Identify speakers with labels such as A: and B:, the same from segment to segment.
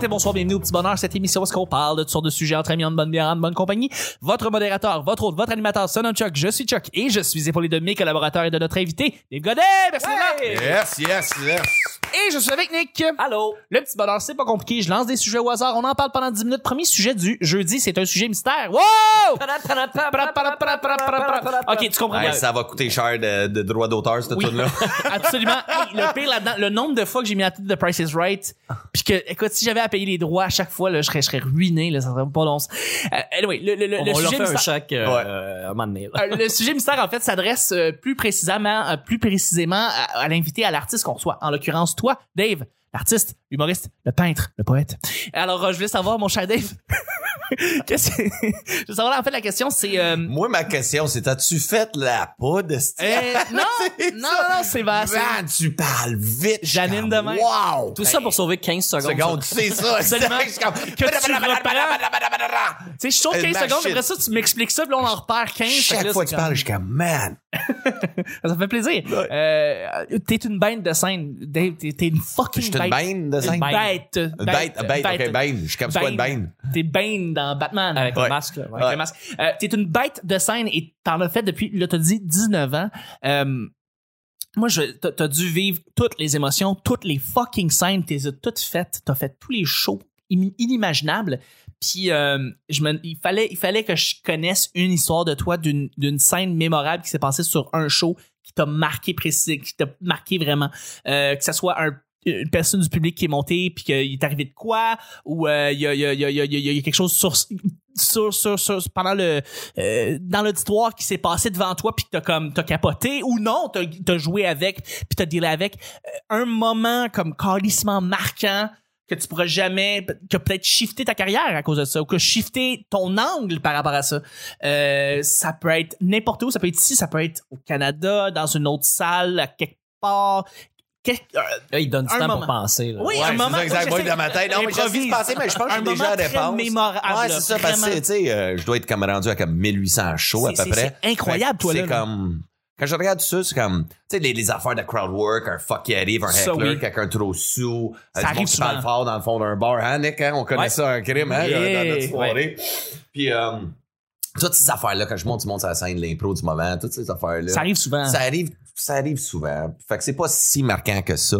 A: et bonsoir, bienvenue au Petit Bonheur, cette émission où est-ce qu'on parle de toutes sortes de sujets entre amis, en bonne bière, en bonne compagnie. Votre modérateur, votre hôte, votre animateur, son nom Chuck, je suis Chuck et je suis épaulé de mes collaborateurs et de notre invité, Dave Godet, merci d'être là.
B: Yes, yes, yes.
A: Et je suis avec Nick.
C: Allô?
A: Le Petit Bonheur, c'est pas compliqué, je lance des sujets au hasard, on en parle pendant 10 minutes. Premier sujet du jeudi, c'est un sujet mystère. Wow! Ok, tu comprends.
B: Hey, ça va coûter cher de, de droits d'auteur, cette
A: Oui.
B: tune là
A: Absolument. Hey, le pire là-dedans, le nombre de fois que j'ai mis la tête de Price is Right, puis que, écoute, si j'avais à payer les droits à chaque fois, là, je serais, je serais ruiné, là, ça serait pas long. Euh, anyway, le, le, le,
C: On
A: le
C: va leur
A: sujet
C: faire un
A: mystère-
C: chèque euh,
B: Ouais.
C: euh, un moment donné, là.
A: euh, le sujet mystère, en fait, s'adresse euh, plus précisément, euh, plus précisément à, à l'invité, à l'artiste qu'on reçoit. En l'occurrence, toi, Dave, l'artiste, humoriste, le peintre, le poète. Alors, euh, je voulais savoir, mon cher Dave, qu'est-ce que... je veux savoir, en fait, la question, c'est... euh,
B: Moi, ma question, c'est as-tu fait la poudre? esti?
A: euh, non, non,
B: C'est
A: non,
B: ça.
A: non, c'est vrai. c'est-
B: Man, tu parles vite. je suis
A: J'anime
B: comme,
A: demain.
B: Wow!
C: Tout ça pour sauver 15 secondes.
B: Seconde, c'est ça.
A: Absolument.
B: Je suis comme-
A: tu reprends. Tu sais, je saute
B: Euh,
A: 15
B: ma
A: secondes,
B: shit.
A: après ça, tu m'expliques ça, puis là, on en repère 15. Fait que
B: Chaque
A: là,
B: fois que
A: c'est
B: tu
A: comme-
B: parles, je suis comme, man.
A: Ça fait plaisir.
B: Ouais.
A: Euh, t'es une bête de scène. Dave, t'es t'es une fucking
B: Je suis une
A: bête.
B: bine de
A: Une
B: scène.
A: bête.
B: Une Bête, ah, bête, ok, bête. Je suis comme, c'est quoi une
A: Bane.
B: bête?
A: T'es Bane dans Batman.
C: Avec
B: Ouais.
C: le masque, là, ouais.
A: Avec le masque. Euh, t'es une bête de scène et t'en as fait depuis, là, t'as dit 19 ans. Euh, moi, je, t'as t'as dû vivre toutes les émotions, toutes les fucking scènes, t'es toutes faites, t'as fait tous les shows im- inimaginables. Puis, euh, je me, il fallait, il fallait que je connaisse une histoire de toi, d'une, d'une scène mémorable qui s'est passée sur un show qui t'a marqué précis, qui t'a marqué vraiment. Euh, que ça soit un- une personne du public qui est montée puis qu'il est arrivé de quoi ou euh, il y, a, il y a- il y a- il y a- il y a- il y a quelque chose sur sur, sur, sur- pendant le euh, dans l'auditoire qui s'est passé devant toi puis que t'as comme t'as capoté ou non t'as t'as joué avec puis t'as dealé avec Euh, un moment comme calissement marquant que tu pourras jamais que peut-être shifter ta carrière à cause de ça ou que shifter ton angle par rapport à ça Euh, ça peut être n'importe où ça peut être ici ça peut être au Canada dans une autre salle à quelque part quelque- euh,
C: Là, il donne du
A: Un
C: temps
A: moment.
C: pour penser. là.
A: Oui,
B: Ouais,
A: un
B: c'est
A: moment
B: ça, exact.
A: où
B: Moi,
A: j'essaie
B: dans ma tête, non, mais je sais ce qui se
A: improvise.
B: passait, mais je pense que
A: Un
B: j'ai déjà
A: moment
B: la
A: très
B: réponse.
A: mémorable, là,
B: Ouais, c'est ça, parce que,
A: vraiment.
B: tu sais, euh, je dois être comme rendu à comme 1800 shows, à
A: C'est- c'est-
B: peu près.
A: c'est incroyable,
B: Fait que
A: toi, là,
B: C'est
A: là.
B: comme, quand je regarde ça, c'est comme, tu sais, les, les affaires de crowd work, un fuck qui arrive, un
A: Ça,
B: heckler,
A: oui.
B: quelqu'un trop sous,
A: Ça
B: un du monde
A: arrive
B: qui parle
A: souvent.
B: fort dans le fond d'un bar, hein, Nick, hein, on connaît
C: Ouais.
B: ça, un crime, hein,
A: Yeah,
B: dans notre
A: ouais.
B: soirée. Puis, euh, toutes ces affaires-là, quand je monte, tu montes sur la scène, l'impro du moment, toutes ces affaires-là.
A: ça arrive
C: Ah.
A: souvent
B: Ça arrive, ça arrive souvent. Fait que c'est pas si marquant que ça.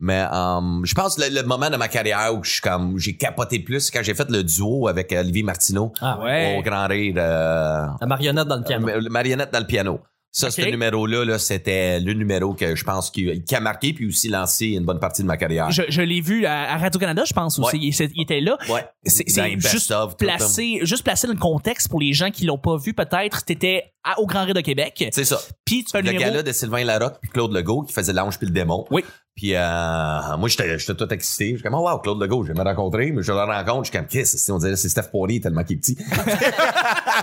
B: Mais euh, je pense que le, le moment de ma carrière où je suis comme j'ai capoté plus, c'est quand j'ai fait le duo avec Olivier Martineau
C: Ah ouais.
A: ouais.
B: au Grand Rire, euh,
C: La marionnette dans le piano.
B: Ma- Marionnette dans le piano. Ça,
A: Ok.
B: ce numéro-là, là, c'était le numéro que je pense qui, qui a marqué puis aussi lancé une bonne partie de ma carrière.
A: Ah. Je, je l'ai vu à, à Radio-Canada, je pense aussi.
B: Ouais.
A: Il, s'est- il était là.
B: Ouais. C'est
A: C'est
B: c'est
A: juste
B: best of. tout le temps.
A: Placé, juste placé dans le contexte pour les gens qui l'ont pas vu, peut-être. T'étais à- au Grand Ré de Québec.
B: C'est ça.
A: Puis tu fais le,
B: le
A: numéro.
B: gala de Sylvain Larocque puis Claude Legault qui faisait l'ange puis le démon.
A: Oui.
B: Puis euh, moi, j'étais j'étais tout excité. J'étais comme, oh, wow, Claude Legault, je vais me rencontrer, mais je le rencontre. Je suis comme, qu'est-ce que c'est? On dirait, c'est Steph Poirier tellement qu'il est petit.
A: Pas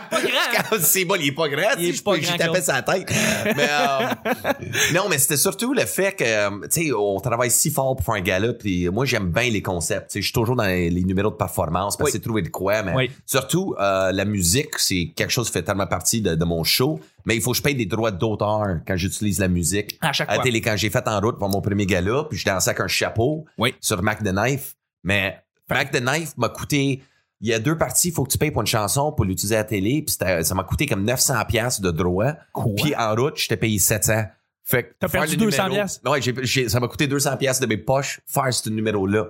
A: grand.
B: Comme, c'est bon, il est pas grand.
A: Il
B: tu
A: est
B: sais, je
A: pas
B: peux- j'y
A: grand,
B: tapais
A: Claude.
B: sa tête. Mais, euh, non, mais c'était surtout le fait que, euh, tu sais, on travaille si fort pour faire un gala. Puis moi, j'aime bien les concepts. Tu sais, je suis toujours dans les, les numéros de performance parce que
A: Oui.
B: c'est trouver de quoi. Mais
A: Oui.
B: surtout, euh, la musique, c'est quelque chose qui fait tellement partie de, de mon show. Mais il faut que je paye des droits d'auteur quand j'utilise la musique.
A: À chaque
B: À
A: fois.
B: télé, quand j'ai fait en route pour mon premier gala, puis je dansais avec un chapeau
A: Oui.
B: sur Mac the Knife. Mais Mac the Knife m'a coûté. Il y a deux parties, il faut que tu payes pour une chanson pour l'utiliser à la télé, puis c'était- ça m'a coûté comme 900$ piastres de droits.
A: Quoi?
B: Puis en route, je t'ai payé 700. Fait que
A: T'as
B: faire
A: perdu
B: le
A: 200
B: numéro-
A: piastres?
B: Ouais, j'ai- j'ai- ça m'a coûté 200$ piastres de mes poches faire ce numéro-là.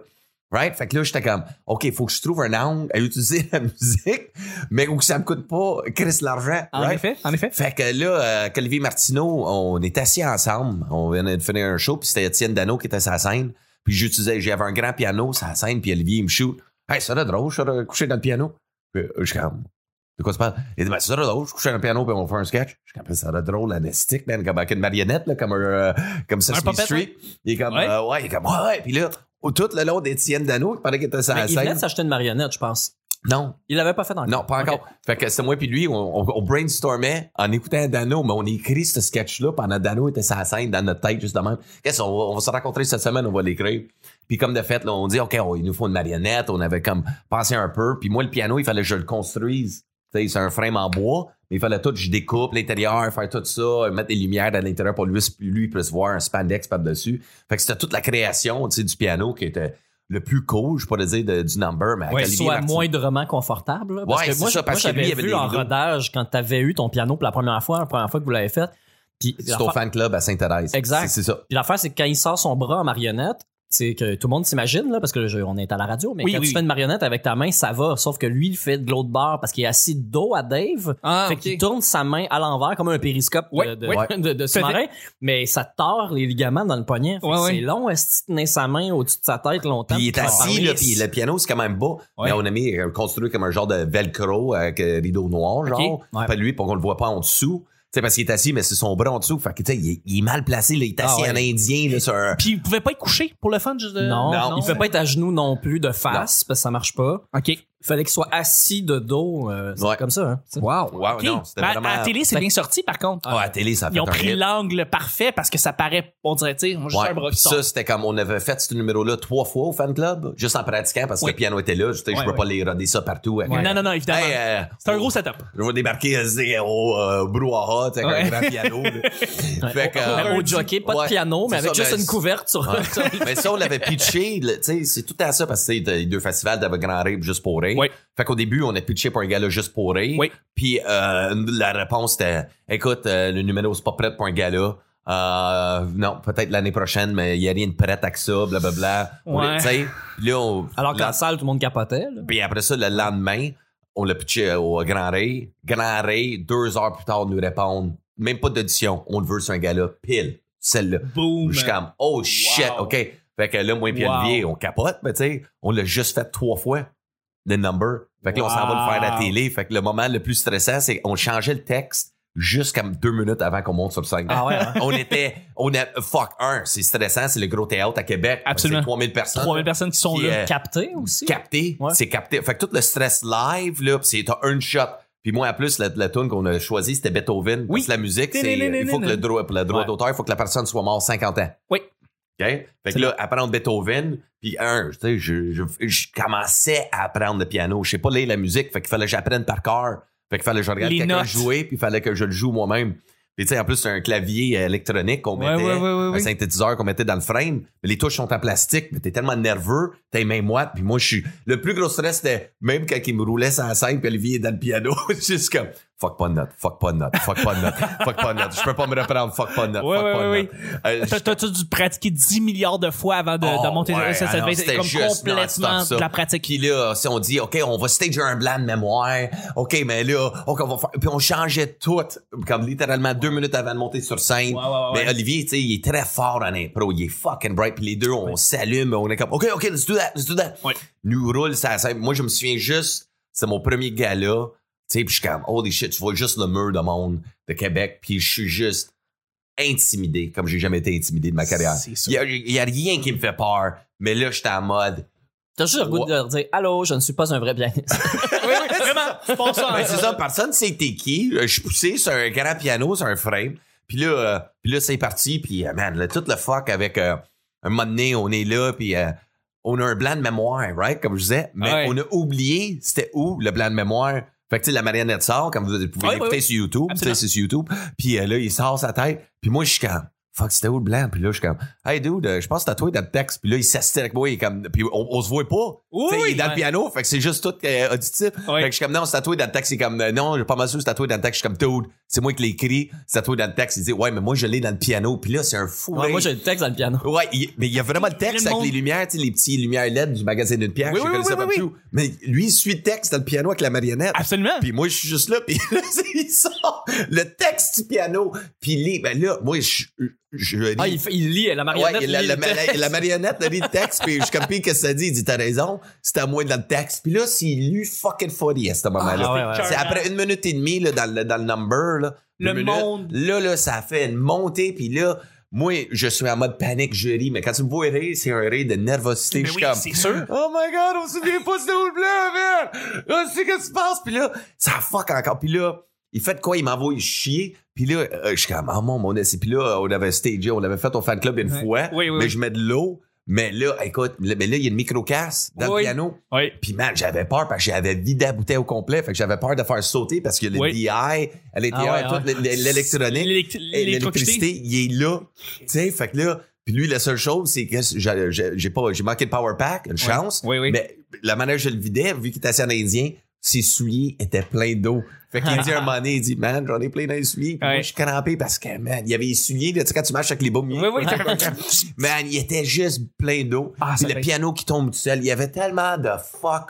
B: Right? Fait que là, j'étais comme, OK, il faut que je trouve un angle à utiliser la musique, mais où que ça me coûte pas Chris l'argent.
A: En
B: right?
A: effet, en effet.
B: Fait que là, euh, Olivier Martineau, on est assis ensemble. On venait de finir un show, puis c'était Étienne Dano qui était sur la scène. Puis j'utilisais, j'avais un grand piano sur la scène, puis Olivier, il me shoot. Hey, ça serait drôle, je serais couché dans le piano. Puis, euh, je suis comme, de quoi tu parles? Il dit, ben, ça serait drôle, je couche dans le piano, puis on fait un sketch. Je suis comme, ça serait drôle, anestique, man, comme avec une marionnette, là, comme, un, euh, comme Sesame
A: puppet,
B: Street. Il est comme,
A: Ouais.
B: euh, ouais, il est comme, ouais, ouais. Puis là, au- tout le long d'Étienne Dano, il paraît qu'il était sur
C: Mais
B: la
C: il venait
B: scène.
C: de s'acheter une marionnette, je pense.
B: Non,
C: Il l'avait pas fait encore.
B: non, pas encore.
C: Ok.
B: Fait que c'était moi puis lui, on, on- on brainstormait en écoutant Dano, mais on a écrit ce sketch-là pendant Dano était sur la scène dans notre tête, justement. Qu'est-ce qu'on va, on va se rencontrer cette semaine, on va l'écrire. Puis comme de fait, là, on dit, OK, on- il nous faut une marionnette, on avait comme pensé un peu. Puis moi, le piano, il fallait que je le construise. Tu sais, c'est un frame en bois, mais il fallait tout, je découpe l'intérieur, faire tout ça, mettre des lumières à l'intérieur pour lui, lui puisse voir un spandex par-dessus. Fait que c'était toute la création, tu sais, du piano qui était le plus cool, je pourrais dire, de- du number, mais avec
A: Ouais,
B: Olivier
C: soit
B: Martin-
C: moindrement confortable. là, parce
B: Ouais,
C: que
B: c'est
C: moi,
B: ça,
C: moi,
B: parce que lui,
C: j'avais
B: il y avait
C: vu
B: des
C: en
B: vidéos.
C: rodage quand t'avais eu ton piano pour la première fois, la première fois que vous l'avez fait. Puis
B: C'est au
C: l'affaire,
B: fan club à Sainte-Thérèse.
C: Exact.
B: C'est c'est ça.
C: puis l'affaire, c'est que quand il sort son bras en marionnette, c'est que tout le monde s'imagine, là, parce que je- on est à la radio, mais
A: Oui,
C: quand
A: oui.
C: tu fais une marionnette avec ta main, ça va. Sauf que lui, il fait de l'autre bord parce qu'il est assis dos à Dave.
A: Ah,
C: fait qu'il tourne sa main à l'envers comme un périscope de-
A: Ouais,
C: de,
A: ouais.
C: de- de sous-marin, mais ça tord les ligaments dans le poignet. Fait que
A: Ouais,
C: c'est
A: ouais.
C: long, est-ce tenait sa main au-dessus de sa tête longtemps?
B: Puis il est
C: puis ça
B: assis,
C: parlait.
B: là, puis le piano, c'est quand même bas. Mais on a mis euh, construit comme un genre de velcro avec euh, rideau noir, genre.
C: Ouais.
B: Pas lui, pour qu'on le voit pas en dessous. Tu sais, parce qu'il est assis, mais c'est son bras en dessous. Fait que, tu sais, il, est- il est mal placé, là. Il est
C: Ah
B: assis
C: ouais.
B: en indien, là, sur un...
A: Puis il pouvait pas être couché pour le fun, juste de-
C: Non,
B: Non.
C: il peut pas être à genoux non plus de face parce que ça marche pas.
A: OK.
C: Il fallait qu'il soit assis de dos, euh, c'est
B: Ouais.
C: comme ça. Hein. C'est-
D: Wow.
B: Wow,
A: OK.
B: Oh, non, c'était
A: Ben,
B: vraiment...
A: À la télé, c'est bien sorti, par contre.
B: Ah, à la télé, ça a fait
A: Ils ont
B: un
A: pris
B: hit.
A: l'angle parfait parce que ça paraît, on dirait, tu sais, moi, j'ai
B: Ouais.
A: un bras
B: Puis
A: qui
B: ça,
A: sort.
B: c'était comme on avait fait ce numéro-là trois fois au fan club, juste en pratiquant parce que
A: Ouais.
B: le piano était là. Je, sais, je
A: Ouais,
B: peux
A: ouais.
B: pas les roder ça partout. avec-
A: Non, non, non, évidemment.
B: Hey, euh,
A: C'est un gros setup.
B: Je vais débarquer euh, c'est au euh, brouhaha, tu sais, avec
A: Ouais.
B: un grand piano. là. fait que,
C: Au-
B: euh,
C: au jockey, pas
B: ouais,
C: de piano, mais
B: c'est
C: avec
B: ça,
C: juste
B: ben,
C: une couverte sur
B: Ouais. mais ça, on l'avait pitché. là, tu sais, C'est tout à ça parce que tu sais, t'as les deux festivals d'avait Grand Rire juste pour rire.
A: Ouais.
B: Fait qu'au début, on a pitché pour un gala juste pour rire.
A: Oui.
B: Puis euh, la réponse était écoute, euh, le numéro, c'est pas prêt pour un gala. Euh, non, peut-être l'année prochaine, mais il n'y a rien de prêt à que ça, blablabla. On
A: Ouais.
B: est- tu sais, puis là, on-
C: Alors qu'en
B: la-
C: salle, tout le monde capotait. là.
B: puis après ça, le lendemain, on l'a pitché euh, au Grand Ray. Grand Ray, deux heures plus tard, nous répondent même pas d'audition, on le veut sur un gala, pile, celle-là.
A: Boom.
B: Je suis comme, oh shit,
A: Wow.
B: OK. Fait que là, moi et puis
A: Wow.
B: Olivier, on capote, mais tu sais, on l'a juste fait trois fois, le number. Fait que là, on s'en va le faire à la
A: Wow.
B: télé. Fait que le moment le plus stressant, c'est qu'on changeait le texte juste comme deux minutes avant qu'on monte sur le scène.
C: Ah ouais, hein?
B: on était, on a, fuck, un, c'est stressant, c'est le gros théâtre à Québec.
A: Absolument.
B: C'est 3000 personnes.
A: 3000 personnes qui sont
B: Puis,
A: là.
B: euh,
C: Capté aussi.
B: capté.
C: Ouais.
B: C'est capté. Fait que tout le stress live, là, pis c'est t'as un shot. Puis moi, en plus, la, la tune qu'on a choisie, c'était Beethoven. Parce
A: Oui.
B: que la musique, c'est, il faut que le droit, pour le droit
A: Ouais.
B: d'auteur, il faut que la personne soit morte 50 ans.
A: Oui.
B: OK? Fait que là, apprendre Beethoven, puis un, tu sais, je, je, je commençais à apprendre le piano. Je sais pas lire la musique, fait qu'il fallait que j'apprenne par cœur. Fait qu'il fallait que je regarde
A: Les
B: quelqu'un
A: notes.
B: jouer, puis il fallait que je le joue moi-même. Puis tu sais, en plus, c'est un clavier électronique qu'on
A: Ouais,
B: mettait,
A: ouais, ouais, ouais,
B: un
A: ouais.
B: synthétiseur qu'on mettait dans le frame. Mais les touches sont en plastique, mais t'es tellement nerveux, t'es même moite. Puis moi, je suis... Le plus gros stress, c'était même quand il me roulait sur la scène, puis Olivier est dans le piano, juste comme... Fuck pas de note, fuck pas de note, fuck pas de note, fuck pas de note. Je peux pas me reprendre, fuck pas de note,
A: Ouais,
B: fuck
A: ouais,
B: pas de
A: ouais,
B: note. Euh,
A: T'as- T'as-tu dû pratiquer 10 milliards de fois avant de, de
B: Oh,
A: monter
B: ouais,
A: ça, ça
B: ah non,
A: devait être
B: c'était
A: comme
B: juste
A: complètement
B: non-stop, ça.
A: de la pratique.
B: Puis là, si on dit, OK, on va stager un blanc de mémoire. OK, mais là, OK, on va faire. Puis on changeait tout, comme littéralement deux minutes avant de monter sur scène.
A: Ouais, ouais, ouais,
B: Mais Olivier, tu sais, il est très fort en impro. Il est fucking bright. Puis les deux, on s'allume. On est comme, OK, OK, let's do that, let's do that.
A: Ouais.
B: Nous roule, ça scène. Moi, je me souviens juste, c'est mon premier gala. Tu sais, puis je suis comme, holy shit, tu vois juste le mur de monde de Québec. Puis je suis juste intimidé, comme j'ai jamais été intimidé de ma carrière.
A: C'est sûr.
B: Il y a, il y a rien qui me fait peur. Mais là, j'étais en mode,
C: T'as juste le goût de leur dire Allô, je ne suis pas un vrai pianiste.
A: oui, oui, vraiment. Je pense ça. hein.
B: Ben, c'est ça, personne ne sait t'es qui. Euh, Je suis poussé sur un grand piano, sur un frame. Puis là, euh, puis là c'est parti. Puis, euh, man, là, tout le fuck avec euh, un moment donné, on est là, puis euh, on a un blanc de mémoire, right? Comme je disais. Mais
A: Ouais.
B: on a oublié c'était où le blanc de mémoire. Fait que, tu sais, la marionnette sort, comme vous pouvez
A: Ouais,
B: l'écouter
A: ouais, ouais.
B: sur YouTube. tu sais,
A: Absolument.
B: C'est sur YouTube. Puis euh, là, il sort sa tête. Puis moi, je suis comme, fuck, c'était où le blanc? Puis là, je suis comme, hey, dude, euh, je pense que t'as toi dans le texte. Puis là, il s'assied avec moi. Il est comme, puis on, on se voit pas.
A: Oui,
B: Tu sais,
A: oui,
B: il est dans
A: ouais.
B: le piano. Fait que c'est juste tout euh, auditif.
A: Ouais.
B: Fait que je suis comme, non, c'est tatoué dans le texte. C'est comme, euh, non, j'ai pas mal sûr, c'est tatoué dans le texte. Je suis comme, dude, c'est moi qui l'ai écrit. C'est tatoué dans le texte. Il dit, ouais, mais moi, je l'ai dans le piano. Puis là, c'est un fou.
C: Ouais,
B: rire.
C: moi, j'ai le texte dans le piano.
B: Ouais, il- mais il y a vraiment le
A: Le
B: texte avec
A: monde-
B: les lumières, tu sais, les petites lumières LED du magasin d'une pierre.
A: Oui,
B: je
A: oui,
B: connais ça
A: oui, oui,
B: partout. Mais lui, il suit le texte dans le piano avec la marionnette.
C: Ah.
A: Absolument.
B: Puis moi, je suis juste là, puis là, il sort le texte du piano. Puis les, ben là, moi, je, je, je
C: Ah,
B: ris.
C: il, il lit la
B: Ouais,
C: marionnette.
B: il- la,
C: lit
B: la-
C: le
B: la-
C: texte.
B: la marionnette a lit le texte, puis je compris que ça dit. Il dit, t'as raison, c'était à moi dans le texte. Puis là, c'est lui fucking funny à ce moment-là.
C: Ah, ouais, ouais, ouais.
B: C'est après une minute et demie là, dans, le, dans le number. Là,
A: Le
B: deux
A: monde.
B: minutes. Là, là, ça a fait une montée, puis là, moi, je suis en mode panique, je ris. Mais quand tu me vois rire, c'est un rire de nervosité.
A: Mais
B: Je suis
A: oui,
B: comme,
A: c'est sûr.
B: Oh my god, on se souvient pas c'était où le bleu, man! Là, c'est que se passe? Puis là, ça fuck encore. Puis là, il fait de quoi? Il m'envoie chier. Puis là, euh, je suis comme, oh mon, mon essai. Puis là, on avait stagé, on l'avait fait au fan club une
A: Ouais.
B: fois.
A: Oui, oui,
B: mais
A: oui.
B: je mets de l'eau. Mais là, écoute, le- mais là, il y a une micro-casse dans
A: Oui.
B: le piano.
A: Oui.
B: Puis man, j'avais peur parce que j'avais vidé la bouteille au complet. Fait que j'avais peur de faire sauter parce que le
A: Oui.
B: DI, à l'intérieur,
C: Ah ouais,
B: tout l'é- l'é- l'électronique,
A: L'électricité.
B: l'électricité, il est là. Tu sais, fait que là, puis Puis lui, la seule chose, c'est que j'ai- j'ai j'ai pas, j'ai manqué le power pack, une chance.
A: Oui, oui.
B: Mais la manière que je le vidais, vu qu'il était assez indien, ses souliers étaient pleins d'eau. Fait qu'il dit un moment donné, il dit, man, j'en ai plein dans les souliers. Puis
A: Ouais.
B: moi, je suis crampé parce que, man, il y avait les souliers, là, tu sais, quand tu marches avec les baumes.
A: Oui, oui.
B: Man, il était juste plein d'eau.
A: Ah, ça
B: Puis le
A: fait-
B: piano qui tombe tout seul. Il y avait tellement de fuck.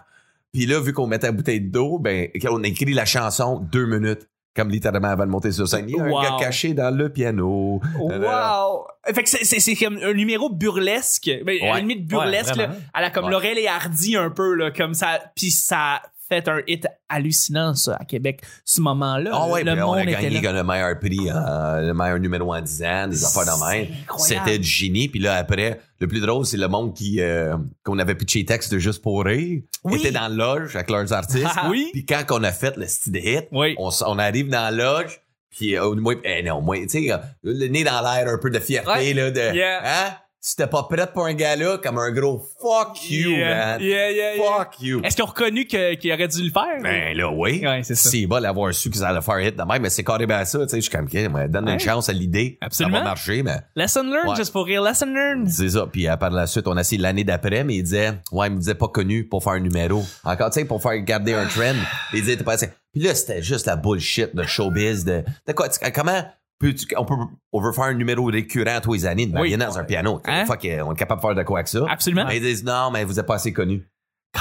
B: Puis là, vu qu'on mettait la bouteille d'eau, ben, on a écrit la chanson deux minutes, comme littéralement avant de monter sur scène. Il y a
A: Wow.
B: un gars caché dans le piano.
A: Wow! Fait que c'est- c'est c'est comme un numéro burlesque. Ben, à la
B: Ouais.
A: limite burlesque,
C: Ouais,
A: là,
C: vraiment.
A: à la comme
B: Ouais.
A: Laurel et Hardy un peu, là, comme ça. Puis ça fait un hit hallucinant, ça, à Québec, ce moment-là.
B: Ah ouais,
A: le
B: ben, on a
A: monde était là.
B: gagné comme le meilleur prix, hein, le meilleur numéro en 10 ans, des affaires de même.
A: C'est incroyable.
B: C'était du génie. Puis là, après, le plus drôle, c'est le monde qui euh, qu'on avait pitché les textes de juste pour rire.
A: Oui. Ah,
B: était dans la loge avec leurs artistes.
A: Oui.
B: Puis quand on a fait le style de hit,
A: Oui.
B: on, s- on arrive dans la loge. Puis euh, au moins, eh non, moi, tu sais, euh, le nez dans l'air, un peu de fierté,
A: Ouais.
B: là, de,
A: Yeah.
B: hein? Si t'es pas prête pour un gars-là, comme un gros fuck you,
A: Yeah,
B: man.
A: yeah, yeah, yeah.
B: Fuck you.
A: Est-ce qu'ils ont reconnu que- qu'ils auraient dû le faire?
B: Ben là, oui.
A: Ouais, c'est ça.
B: C'est bon d'avoir su qu'ils allaient faire hit de même, mais c'est carrément ça. Tu sais, je suis comme, OK, mais donne
A: Ouais.
B: une chance à l'idée.
A: Absolument.
B: Ça va marcher, mais
A: Lesson learned,
B: Ouais.
A: just for real. Lesson learned.
B: c'est ça. Puis euh, par la suite, on a essayé l'année d'après, mais il disait, ouais, il me disait pas connu pour faire un numéro. Encore, tu sais, pour faire garder un trend. il disait, t'es pas assez. Puis là, c'était juste la bullshit de showbiz. De, de quoi, tu- comment peux-tu, on peut, on veut faire un numéro récurrent tous les années de marionnette dans un piano.
A: Hein?
B: Fuck, euh, on est capable de faire de quoi avec ça.
A: Absolument.
B: Mais ils disent, non, mais vous êtes pas assez connu.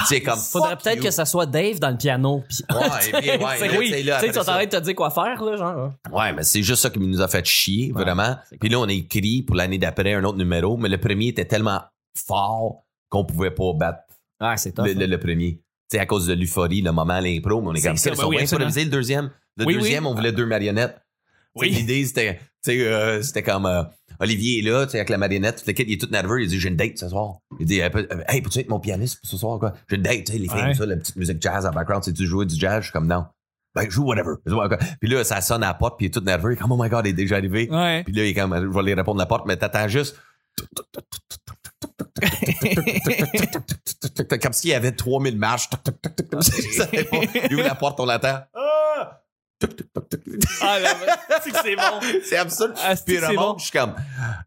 B: C'est comme,
C: Faudrait
B: fuck
C: peut-être
B: you.
C: que ça soit Dave dans le piano. Puis...
B: Ouais, et puis, ouais,
C: T'sais,
B: là,
C: oui,
B: tu sais,
C: tu
B: là,
C: sais,
B: après
C: tu vas
B: ça-
C: t'arrêter de te dire quoi faire, là, genre.
B: Ouais, mais c'est juste ça qui nous a fait chier, vraiment. Puis là, on a écrit pour l'année d'après un autre numéro, mais le premier était tellement fort qu'on pouvait pas battre
C: Ouais, Ah, c'est hein. top.
B: le, le- le premier. Tu sais, à cause de l'euphorie, le moment à l'impro, mais on est
A: hein. C'est ça,
B: comme ça.
A: ben oui, absolument.
B: improvisé le deuxième. Le
A: Oui,
B: deuxième,
A: oui.
B: on voulait deux marionnettes. Tu sais,
A: Oui.
B: L'idée, c'était, tu sais, euh, c'était comme euh, Olivier est là, tu sais, avec la marionnette, tout le kit, il est tout nerveux, il dit J'ai une date ce soir. Il dit euh, Hey, peux-tu être mon pianiste pour ce soir, quoi J'ai une date, tu sais, les filles
A: Ouais.
B: aiment ça, la petite musique jazz en background, tu sais, tu joues du jazz, je suis comme non. Ben, joue whatever. Puis là, ça sonne à la porte, puis il est tout nerveux, il est comme Oh my god, il est déjà arrivé.
A: Ouais.
B: Puis là, il est comme, je vais aller répondre à la porte, mais t'attends juste. Comme s'il y avait 3000 marches. Je savais pas. Il ouvre la porte, on l'attend. Ah!
A: Ah, là, c'est que c'est bon.
B: C'est absurde.
A: Ah, c'est
B: Puis
A: que
B: il
A: c'est
B: remonte, je suis comme,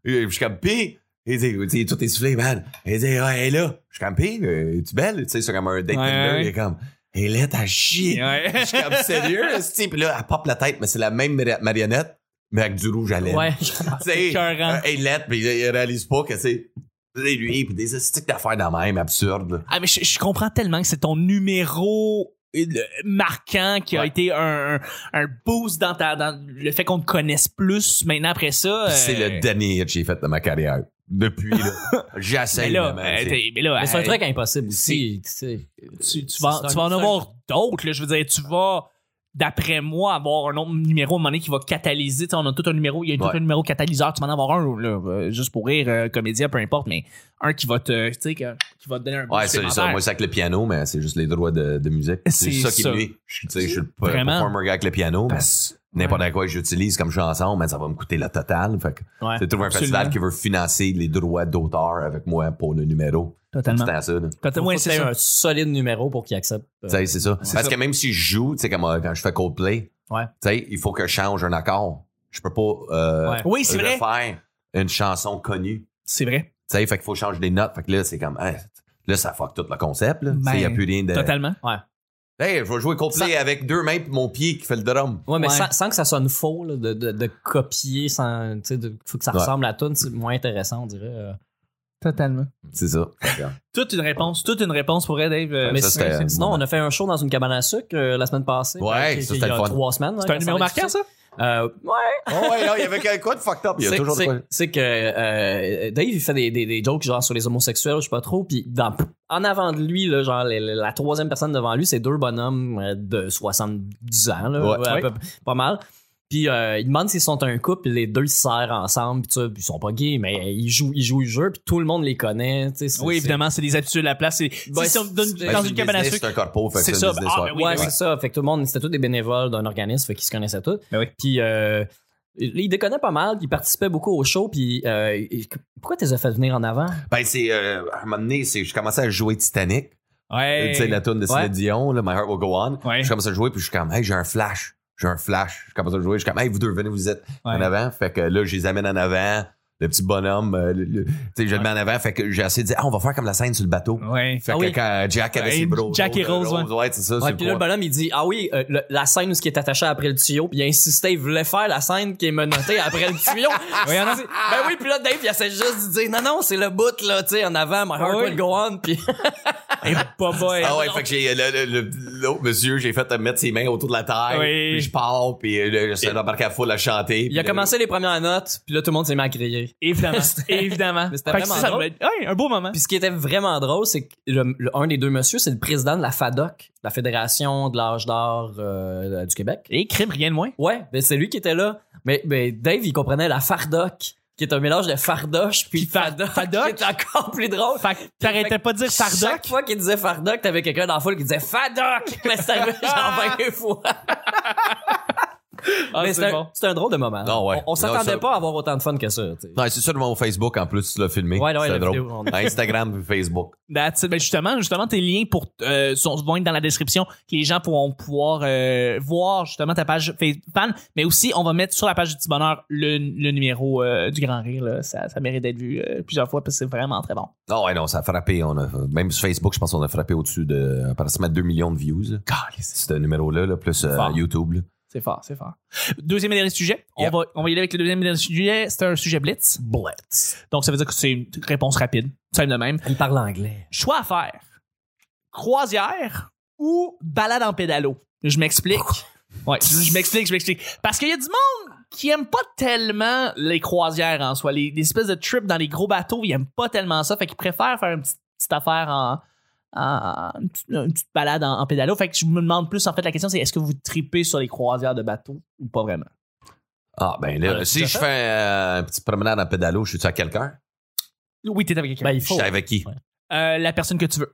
B: je suis comme, pis, il dit, il dit, tout essoufflé, man. Il dit, ah, elle est là. Je suis comme, pis, euh, es-tu belle? Tu sais, c'est comme un date
A: Ouais,
B: Tinder.
A: ouais.
B: Il est comme, elle est à chier.
A: Ouais.
B: Je suis comme, sérieux? esti? Puis là, elle pop la tête, mais c'est la même mari- marionnette, mais avec du rouge à lèvres.
C: Ouais.
B: Tu sais,
A: écœurant.
B: euh, il l'aide, mais il, il réalise pas que c'est c'est lui, puis des astuces d'affaires dans même, absurde.
A: Ah, mais je, je comprends tellement que c'est ton numéro euh, le- marquant qui a
B: Ouais.
A: été un, un- un boost dans, ta, dans le fait qu'on te connaisse plus maintenant après ça.
B: C'est
A: euh,
B: le dernier hit que j'ai fait de ma carrière. Depuis, là, j'essaie.
A: Mais là,
B: de
A: euh,
B: m'en-
A: t'es- mais là,
C: Mais c'est un
B: ben,
A: euh,
C: truc impossible aussi. tu sais.
A: tu, tu vas,
C: c'est
A: tu
C: un-
A: vas en
C: c'est un-
A: avoir d'autres. là. Je veux dire, tu vas, d'après moi, avoir un autre numéro à un moment donné qui va catalyser. Tu sais, on a tout un numéro, il y a tout
B: Ouais.
A: un numéro catalyseur. Tu vas en avoir un, là, euh, juste pour rire, euh, comédien, peu importe, mais un qui va te, tu sais, que- qui va te donner un
B: Ouais,
A: boost
B: c'est ça.
A: supplémentaire.
B: Moi, c'est avec le piano, mais c'est juste les droits de, de musique.
A: C'est
B: C'est ça qui
A: ça.
B: me nuit. Je, tu sais, je suis le p-
A: Vraiment.
B: performer avec le piano, mais
A: Parce-
B: n'importe quoi que j'utilise comme chanson, mais ça va me coûter la totale. Fait que
C: Ouais,
B: c'est trouver un
A: absolument.
B: festival qui veut financer les droits d'auteur avec moi pour le numéro.
A: Totalement.
B: C'est à ça, là.
A: Quand-
C: Faut
A: ouais,
C: que
A: c'est
C: t'aies
A: ça.
C: un solide numéro pour qu'il accepte. euh,
B: Tu sais, c'est ça. Parce
A: ça.
B: que même si je joue, tu sais, comme euh, quand je fais Coldplay,
C: Ouais.
B: tu sais, il faut que je change un accord. Je peux pas euh,
C: Ouais.
A: Oui, c'est vrai.
B: refaire une chanson connue.
A: C'est vrai.
B: Tu sais, fait qu'il faut changer des notes. Fait que là, c'est comme, hey, là, ça fuck tout le concept. là. Tu sais, Il n'y a
A: Ben,
B: plus rien de.
A: Totalement.
B: Hey, je vais jouer Coldplay avec deux mains puis mon pied qui fait le drum.
C: Ouais, mais
A: Ouais.
C: Sans, sans que ça sonne faux, là, de, de, de copier, sans, tu sais, de- faut que ça
B: Ouais.
C: ressemble à tune, c'est moins intéressant, on dirait. euh.
A: Totalement.
B: C'est ça.
A: Toute une réponse, toute une réponse pour elle, Dave. Euh,
C: Mais
B: ça,
C: sinon-
B: c'était-
C: sinon, on a fait un show dans une cabane à sucre euh, la semaine passée.
B: Ouais,
C: euh,
B: ça,
C: il y
B: c'était le
C: a
B: fun.
C: trois semaines.
A: C'est un numéro marquant, ça?
C: Euh, ouais.
B: oh, ouais, là, il y avait quelqu'un de fucked up. Il y a
C: C'est-
B: toujours de
C: c'est-
B: quoi. Ben,
C: C'est que euh, Dave, il fait des, des, des jokes genre sur les homosexuels, je sais pas trop. Puis dans- en avant de lui, là, genre les- les- la troisième personne devant lui, c'est deux bonhommes euh, de 70 ans, là,
B: Ouais.
C: à
A: Oui.
C: peu- pas mal. Puis euh, il demande s'ils sont un couple, puis les deux ils se serrent ensemble, puis ça, puis ils sont pas gays, mais ils jouent, ils jouent le jeu, puis tout le monde les connaît. tu sais, c'est-
A: Oui,
C: c'est-
A: évidemment, c'est des habitudes à la place. C'est
C: Ben,
A: si- si on donne-
C: c'est-
B: Ben,
A: dans
B: c'est
A: une cabane à
B: business,
A: sucre.
B: C'est un corpo. fait que
A: C'est
B: C'est
A: ça.
B: ça. Business,
A: Ah,
B: ouais.
A: ben oui,
C: ouais,
A: ben
C: c'est ça. Fait que tout le monde, c'était tous des bénévoles d'un organisme, fait qu'ils se connaissaient tous.
A: Ben oui.
C: Puis euh, il déconnait pas mal, puis il participait beaucoup au show, puis euh, il- pourquoi t'es fait venir en avant?
B: Ben, c'est, euh, à un moment donné, c'est- je commençais à jouer Titanic.
A: Ouais.
B: Tu sais, la tune de Céline
C: Ouais.
B: Dion, là, My Heart Will Go On.
A: Ouais.
B: Je commence à jouer, puis je suis comme, hey, j'ai un flash. J'ai un flash. Je commence à jouer, je suis comme, hey, vous deux, venez, vous êtes en
A: Ouais.
B: avant. Fait que là, je les amène en avant. Là, le petit bonhomme, euh, le- le- tu sais, je le mets en avant, fait que j'ai essayé de dire, ah, on va faire comme la scène sur le bateau.
A: Ouais.
B: Fait
C: Ah
B: que
C: oui.
B: quand Jack avait
A: Ouais,
B: ses bros.
A: Jack et
B: euh,
A: Rose, ouais.
B: ouais, c'est ça. sur
C: Ouais,
B: le
C: puis là, le
B: poids.
C: bonhomme, il dit Ah oui, euh, le- la scène où ce qui est attaché après le tuyau, puis il a insisté, il voulait faire la scène qui est menottée après le tuyau.
A: Oui, il y en a-
C: ben oui, puis là, Dave, il essaie juste de dire Non, non, c'est le bout, là, tu sais, en avant, my heart
A: oui.
C: will go on, puis.
A: Et pas
C: ben,
A: boy.
B: Ah ouais, fait que j'ai le- le- le- l'autre monsieur, j'ai fait euh, mettre ses mains autour de la terre,
A: Oui.
B: puis je pars, puis euh, là, j'essaie d'embarquer la foule à chanter.
C: Il a
B: puis là,
C: commencé les premières notes, puis là, tout le monde s'est mis à crier.
A: Évidemment. Évidemment.
C: Mais c'était
A: Fait que
C: vraiment
A: ça, ça
C: drôle.
A: doit être- ouais, un beau moment.
C: Puis ce qui était vraiment drôle, c'est que le- le- un des deux messieurs, c'est le président de la FADOC, la Fédération de l'âge d'or euh, du Québec.
A: Et crime, rien de moins.
C: Ouais, ben c'est lui qui était là. Mais, mais Dave, il comprenait la fardoc, qui est un mélange de fardoche puis
A: Puis fa-
C: fadoc,
A: fadoc.
C: qui est encore plus drôle.
A: Fait que t'arrêtais pas de dire
C: Chaque
A: Sardoc.
C: fois qu'il disait fardoc, t'avais quelqu'un dans la foule qui disait fadoc. Mais ça arrivait genre 20 fois.
A: Ah,
C: Mais
A: c'est
C: c'était un,
A: bon.
C: c'était un drôle de moment.
B: Ah ouais.
C: On, on
B: Non,
C: s'attendait
B: ça-
C: pas à avoir autant de fun que ça. tu sais.
B: Non, c'est ça devant Facebook en plus, tu l'as filmé.
C: Ouais, ouais, la
B: C'était drôle.
C: vidéo, on-
B: Instagram puis Facebook.
A: That's it. Ben justement, justement, tes liens pour, euh, sont, vont être dans la description que les gens pourront pouvoir euh, voir justement ta page Facebook fan, mais aussi on va mettre sur la page du petit bonheur le, le numéro euh, du Grand Rire. là. Ça, ça mérite d'être vu euh, plusieurs fois parce que c'est vraiment très bon.
B: Non, Ah ouais, non, ça a frappé. On a, même sur Facebook, je pense qu'on a frappé au-dessus de approximativement 2 millions de views. là. C'est un numéro-là, là, plus euh,
A: Fort.
B: YouTube. là.
A: C'est fort, c'est fort. Deuxième et dernier sujet. On,
B: Yep.
A: va, on va y aller avec le deuxième et dernier sujet. C'est un sujet blitz.
C: Blitz.
A: Donc, ça veut dire que c'est une réponse rapide. Simple de même.
C: Il parle anglais.
A: Choix à faire. Croisière ou balade en pédalo. Je m'explique. Ouais, je m'explique, je m'explique. Parce qu'il y a du monde qui aime pas tellement les croisières en soi. Les, les espèces de trips dans les gros bateaux, ils aiment pas tellement ça. Fait qu'ils préfèrent faire une petite, petite affaire en... en- une, petite, une petite balade en, en pédalo. Fait que je me demande plus, en fait, la question, c'est est-ce que vous tripez sur les croisières de bateaux ou pas vraiment?
B: Ah, ben là,
C: Ouais, tout
B: si
C: à
B: je
C: fait.
B: fais euh, une petite promenade en pédalo, je suis-tu à quelqu'un?
A: Oui, t'es avec quelqu'un.
C: Ben, il
B: Je
C: faut.
B: suis avec qui? Ah,
C: Ouais.
A: Euh, la personne que tu veux.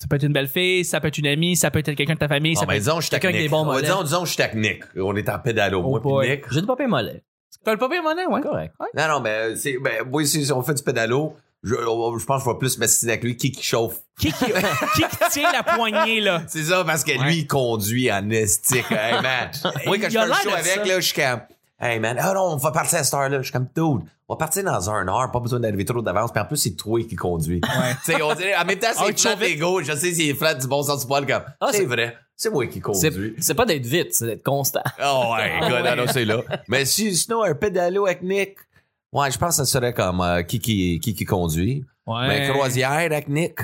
A: Ça peut être une belle fille, ça peut être une amie, ça peut être quelqu'un de ta famille,
B: Ah,
A: ça peut
B: ben,
A: être...
B: disons, je suis avec
C: quelqu'un
B: Nick.
C: avec des bons
B: Ouais,
C: mollets.
B: disons, disons, je suis avec Nick. On est en pédalo, moi, puis
C: Oh boy.
B: Nick.
C: J'ai du papier mollet.
A: T'as le papier monnaie, ouais.
C: Correct.
B: Non, non, mais c'est, ben, oui, si on fait du pédalo, je, on- je pense que je vais plus m'assister avec lui. Qui qui chauffe?
A: Qui, qui, qui qui tient la poignée, là?
B: C'est ça, parce que
A: Ouais.
B: lui, il conduit en estique. Hey, man. Moi, quand
A: Il
B: je fais
A: a
B: un
A: l'air
B: show
A: de ça.
B: avec, là, je suis comme, hey, man, ah non, on va partir à cette heure-là. Je suis comme, dude, on va partir dans un heure, pas besoin d'arriver trop d'avance. Puis en plus, c'est toi qui conduis. Tu sais, on dirait, en même temps,
A: Ah,
B: c'est
A: il te
B: flat d'ego. Je sais, c'est flat du bon sens du poil, comme,
C: Ah, c'est-
B: c'est vrai. C'est moi qui
C: C'est
B: conduis.
C: c'est pas d'être vite, c'est d'être constant.
B: Oh, ouais,
A: Ah
B: gars, non, non, c'est là. Mais si, sinon, un pédalo avec Nick, ouais, je pense que ça serait comme euh, qui, qui, qui qui conduit.
A: Ouais.
B: Mais Ben, croisière avec Nick.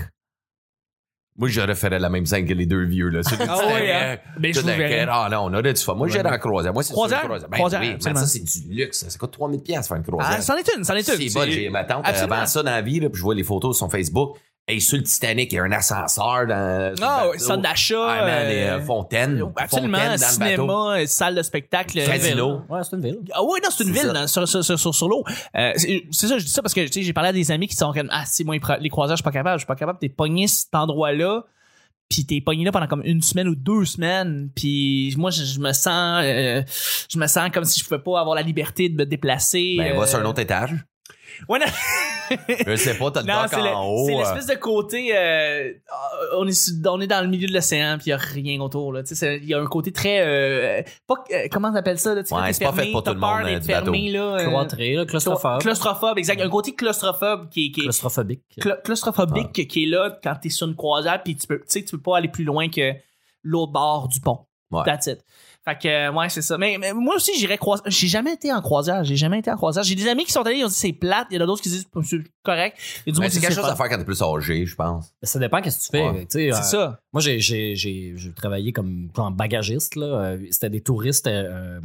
B: Moi, je referais la même scène que les deux vieux, là. C'est
A: Ah oui, hein? Mais je vous verrai.
B: Ah non, on a du fun. Moi, j'irais en croisière. Moi, c'est sûr,
A: Croisière?
B: une Ben
A: Croisière,
B: oui, mais
A: absolument.
B: ça, c'est du luxe. ça. Ça coûte 3000 pièces faire une
A: Ah,
B: croisière.
A: c'en est une, c'en est une.
B: c'est bon, j'ai ma tante
A: Absolument.
B: avant ça dans la vie, là, puis je vois les photos sur son Facebook. Et sur le Titanic, il y a un ascenseur dans. sur le
A: Non,
B: bateau.
A: Ah, centre d'achat.
B: Ah, man, les euh,
A: euh,
B: fontaines. fontaines dans
A: Absolument,
B: le bateau.
A: cinéma, euh, salle de spectacle. euh,
B: Casino.
C: Ouais, c'est une ville.
A: Ah oui, non, c'est une
B: C'est
A: ville
B: ça.
A: dans- sur, sur, sur, sur, sur l'eau. Euh, c'est c'est ça, je dis ça parce que tu sais, j'ai parlé à des amis qui sont comme Ah, c'est moi, les pro- les croisières, je suis pas capable, je suis pas capable, t'es pogné cet endroit-là, puis t'es pogné là pendant comme une semaine ou deux semaines, puis moi, je, je me sens euh, je me sens comme si je pouvais pas avoir la liberté de me déplacer.
B: Ben,
A: euh,
B: va sur un autre étage.
A: Ouais, non.
B: Je sais pas, t'as le
A: Non,
B: dock
A: c'est le-
B: en haut.
A: c'est
B: euh,
A: l'espèce de côté. euh, on, est, sur- on est dans le milieu de l'océan, puis il n'y a rien autour. là. Tu sais, c'est- Il y a un côté très. euh, pas, euh, comment on appelle ça? Là, tu sais,
B: Ouais,
A: quand t'es
B: c'est pas fait
A: fermé,
B: pour tout
A: t'as
B: le
A: peur
B: monde,
A: d'être
B: euh, du bateau.
A: fermé, là, euh,
C: Cloîtré, là, claustrophobe.
A: Claustrophobe, exact. Un côté claustrophobe qui est, qui est-
C: Claustrophobique.
A: cla- claustrophobique qui est là quand t'es sur une croisière, puis tu peux, tu sais, tu peux pas aller plus loin que l'autre bord du pont.
B: Ouais.
A: That's it. Fait que, euh, ouais, c'est ça. Mais, mais moi aussi, j'irais croisière. J'ai jamais été en croisière. J'ai jamais été en croisière. J'ai des amis qui sont allés, ils ont dit c'est plate. Il y en a d'autres qui disent c'est correct. Il y a du
B: mais
A: monde qui
B: c'est
A: dit,
B: quelque chose
A: fun.
B: à faire quand t'es plus âgé, je pense.
C: Ça dépend qu'est-ce que tu fais.
B: Ouais.
C: tu sais, euh,
A: C'est ça.
C: Moi, j'ai, j'ai, j'ai, j'ai travaillé comme, comme bagagiste. Là. Euh, C'était des touristes euh,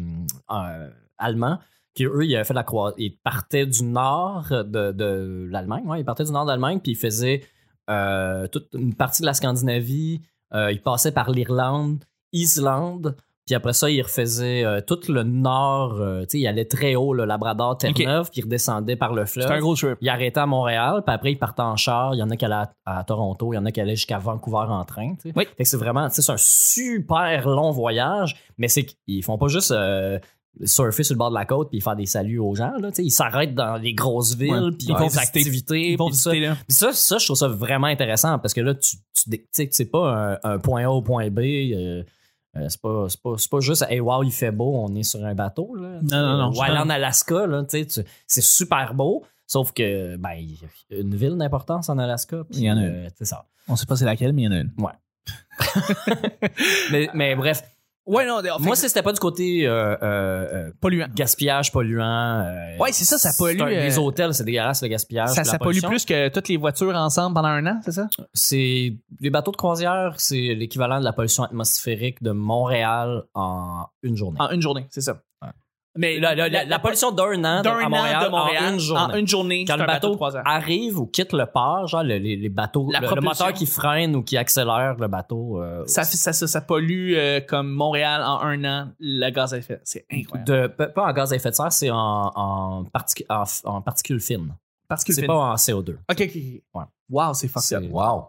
C: euh, allemands qui, eux, ils avaient fait la croix. Ils partaient du nord de, de l'Allemagne. Ouais, ils partaient du nord de l'Allemagne, puis ils faisaient euh, toute une partie de la Scandinavie. Euh, ils passaient par l'Irlande, Islande. Puis après ça, ils refaisaient euh, tout le nord. euh, tu sais, ils allaient très haut, le Labrador, Terre-Neuve, puis ils redescendaient par le fleuve.
A: C'est un gros trip.
C: Il arrêtait à Montréal, puis après, il partait en char. Il y en a qui allaient à, à Toronto, il y en a qui allaient jusqu'à Vancouver en train. tu sais.
A: Oui.
C: Fait que c'est vraiment, tu sais, c'est un super long voyage, mais c'est qu'ils font pas juste euh, surfer sur le bord de la côte puis faire des saluts aux gens. Là, tu sais. ils s'arrêtent dans les grosses villes,
A: Ouais.
C: puis
A: Ils
C: ils
A: vont
C: font des
A: visiter-
C: activités.
A: Ils vont
C: puis ça.
A: visiter, là.
C: Puis ça, ça, je trouve ça vraiment intéressant parce que là, tu, tu dé- tu sais, c'est pas un, un point A au point B. euh, Euh, c'est pas, c'est pas, c'est pas juste, hey, wow, il fait beau, on est sur un bateau. Là,
A: Non, non, non, je
C: Ou aller en Alaska, là, tu sais, tu- c'est super beau, sauf que, ben, il y a une ville d'importance en Alaska. puis,
A: Il y en a une.
C: euh, tu sais, ça.
A: On sait pas c'est laquelle, mais il y en a une.
C: Mais, mais bref,
A: Ouais, non,
C: moi, si c'était pas du côté euh, euh, euh,
A: polluant.
C: gaspillage polluant. euh,
A: Ouais, c'est ça, ça
C: c'est
A: pollue,
C: un- les
A: euh,
C: hôtels, c'est dégueulasse le gaspillage.
A: Ça,
C: puis la
A: ça pollue
C: pollution.
A: plus que toutes les voitures ensemble pendant un an, c'est ça?
C: C'est les bateaux de croisière, c'est l'équivalent de la pollution atmosphérique de Montréal en une journée.
A: En une journée, c'est ça.
C: Ouais.
A: Ah, Mais
C: la, la- la- la pollution d'un an de-
A: d'un
C: à
A: an
C: Montréal,
A: de Hein, Montréal
C: en une journée.
A: journée, Ah,
C: Quand
A: c'est
C: le
A: un
C: bateau,
A: de croisière.
C: arrive ou quitte le port, genre le- les, les bateaux,
A: La
C: le, le
A: propulsion.
C: moteur qui freine ou qui accélère le bateau. euh,
A: ça, ça, ça, ça pollue euh, comme Montréal en un an le gaz à effet. Mm, de serre. C'est incroyable.
C: de, pas pas en gaz à effet de serre, c'est en, en, particu- en, en particules fines.
A: Parce que
C: C'est pas en CO2.
A: Ok, ok, ok.
C: Ouais.
A: Wow, c'est fucked
C: C'est-
A: up.
B: Wow.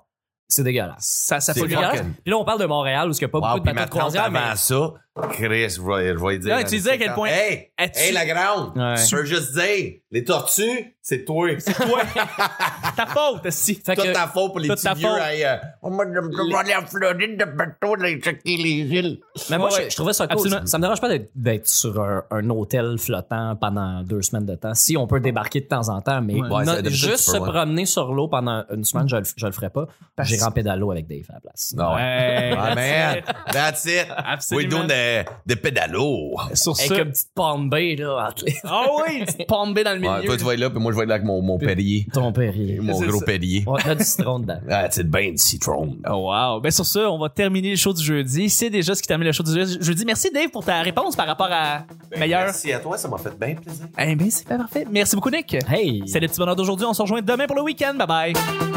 C: C'est dégueulasse.
A: Ça, ça
B: C'est
A: pollue.
B: fucking-
C: Puis là, on parle de Montréal où il n'y a pas
B: Wow,
C: beaucoup de
B: puis
C: bateaux
B: ma
C: de
B: tante
C: croisière.
B: avant
C: mais-
B: ça, Chris, je vais, je vais dire.
A: Là, tu disais à quel point-
B: Hey,
A: As-tu-
B: hey la grande!
C: Ouais.
B: Je veux juste dire, les tortues, c'est toi. C'est
A: Ouais. Ah, ta faute, si.
C: Fait
B: toute
C: que-
B: ta faute pour les
A: toute
B: petits
A: ta
B: vieux.
A: faute.
B: hey, euh, on va on va aller en Floride de bateau, là, checker les îles.
C: Mais moi,
A: Ouais,
C: je, je trouvais ça cool.
A: absolument.
C: Ça me dérange pas d'être- d'être sur un, un hôtel flottant pendant deux semaines de temps. Si on peut débarquer de temps en temps, mais
A: Ouais,
C: non,
B: ça, d'habitude,
C: juste
B: tu
C: se
B: peux, ouais.
C: promener sur l'eau pendant une semaine, je le, je le ferais pas.
A: Parce-
C: J'irai en pédalo avec Dave à la place.
B: Non.
A: Ouais. ben,
B: Ah, man, that's it.
A: Absolument.
B: We doing the, the pédalo.
A: Sur
C: Avec
A: ça.
C: une petite palme bay, là.
A: Ah oui, tu pombes dans le milieu.
B: Ouais, toi, tu vas être là, puis moi, je vais être là avec mon, mon Perrier.
C: Ton péri.
B: Mon
A: C'est
B: gros
A: ça.
B: Perrier.
C: On a du citron dedans.
B: Ah, c'est bien du citron.
A: Oh wow. Ben sur ça, on va terminer le show du jeudi. C'est déjà ce qui termine le show du jeudi. Je dis merci Dave pour ta réponse par rapport à meilleur.
B: Merci à toi, ça m'a fait bien plaisir.
A: Eh ben c'est pas parfait. Merci beaucoup Nick.
C: Hey!
A: C'est le petit bonheur d'aujourd'hui. On se rejoint demain pour le week-end. Bye bye.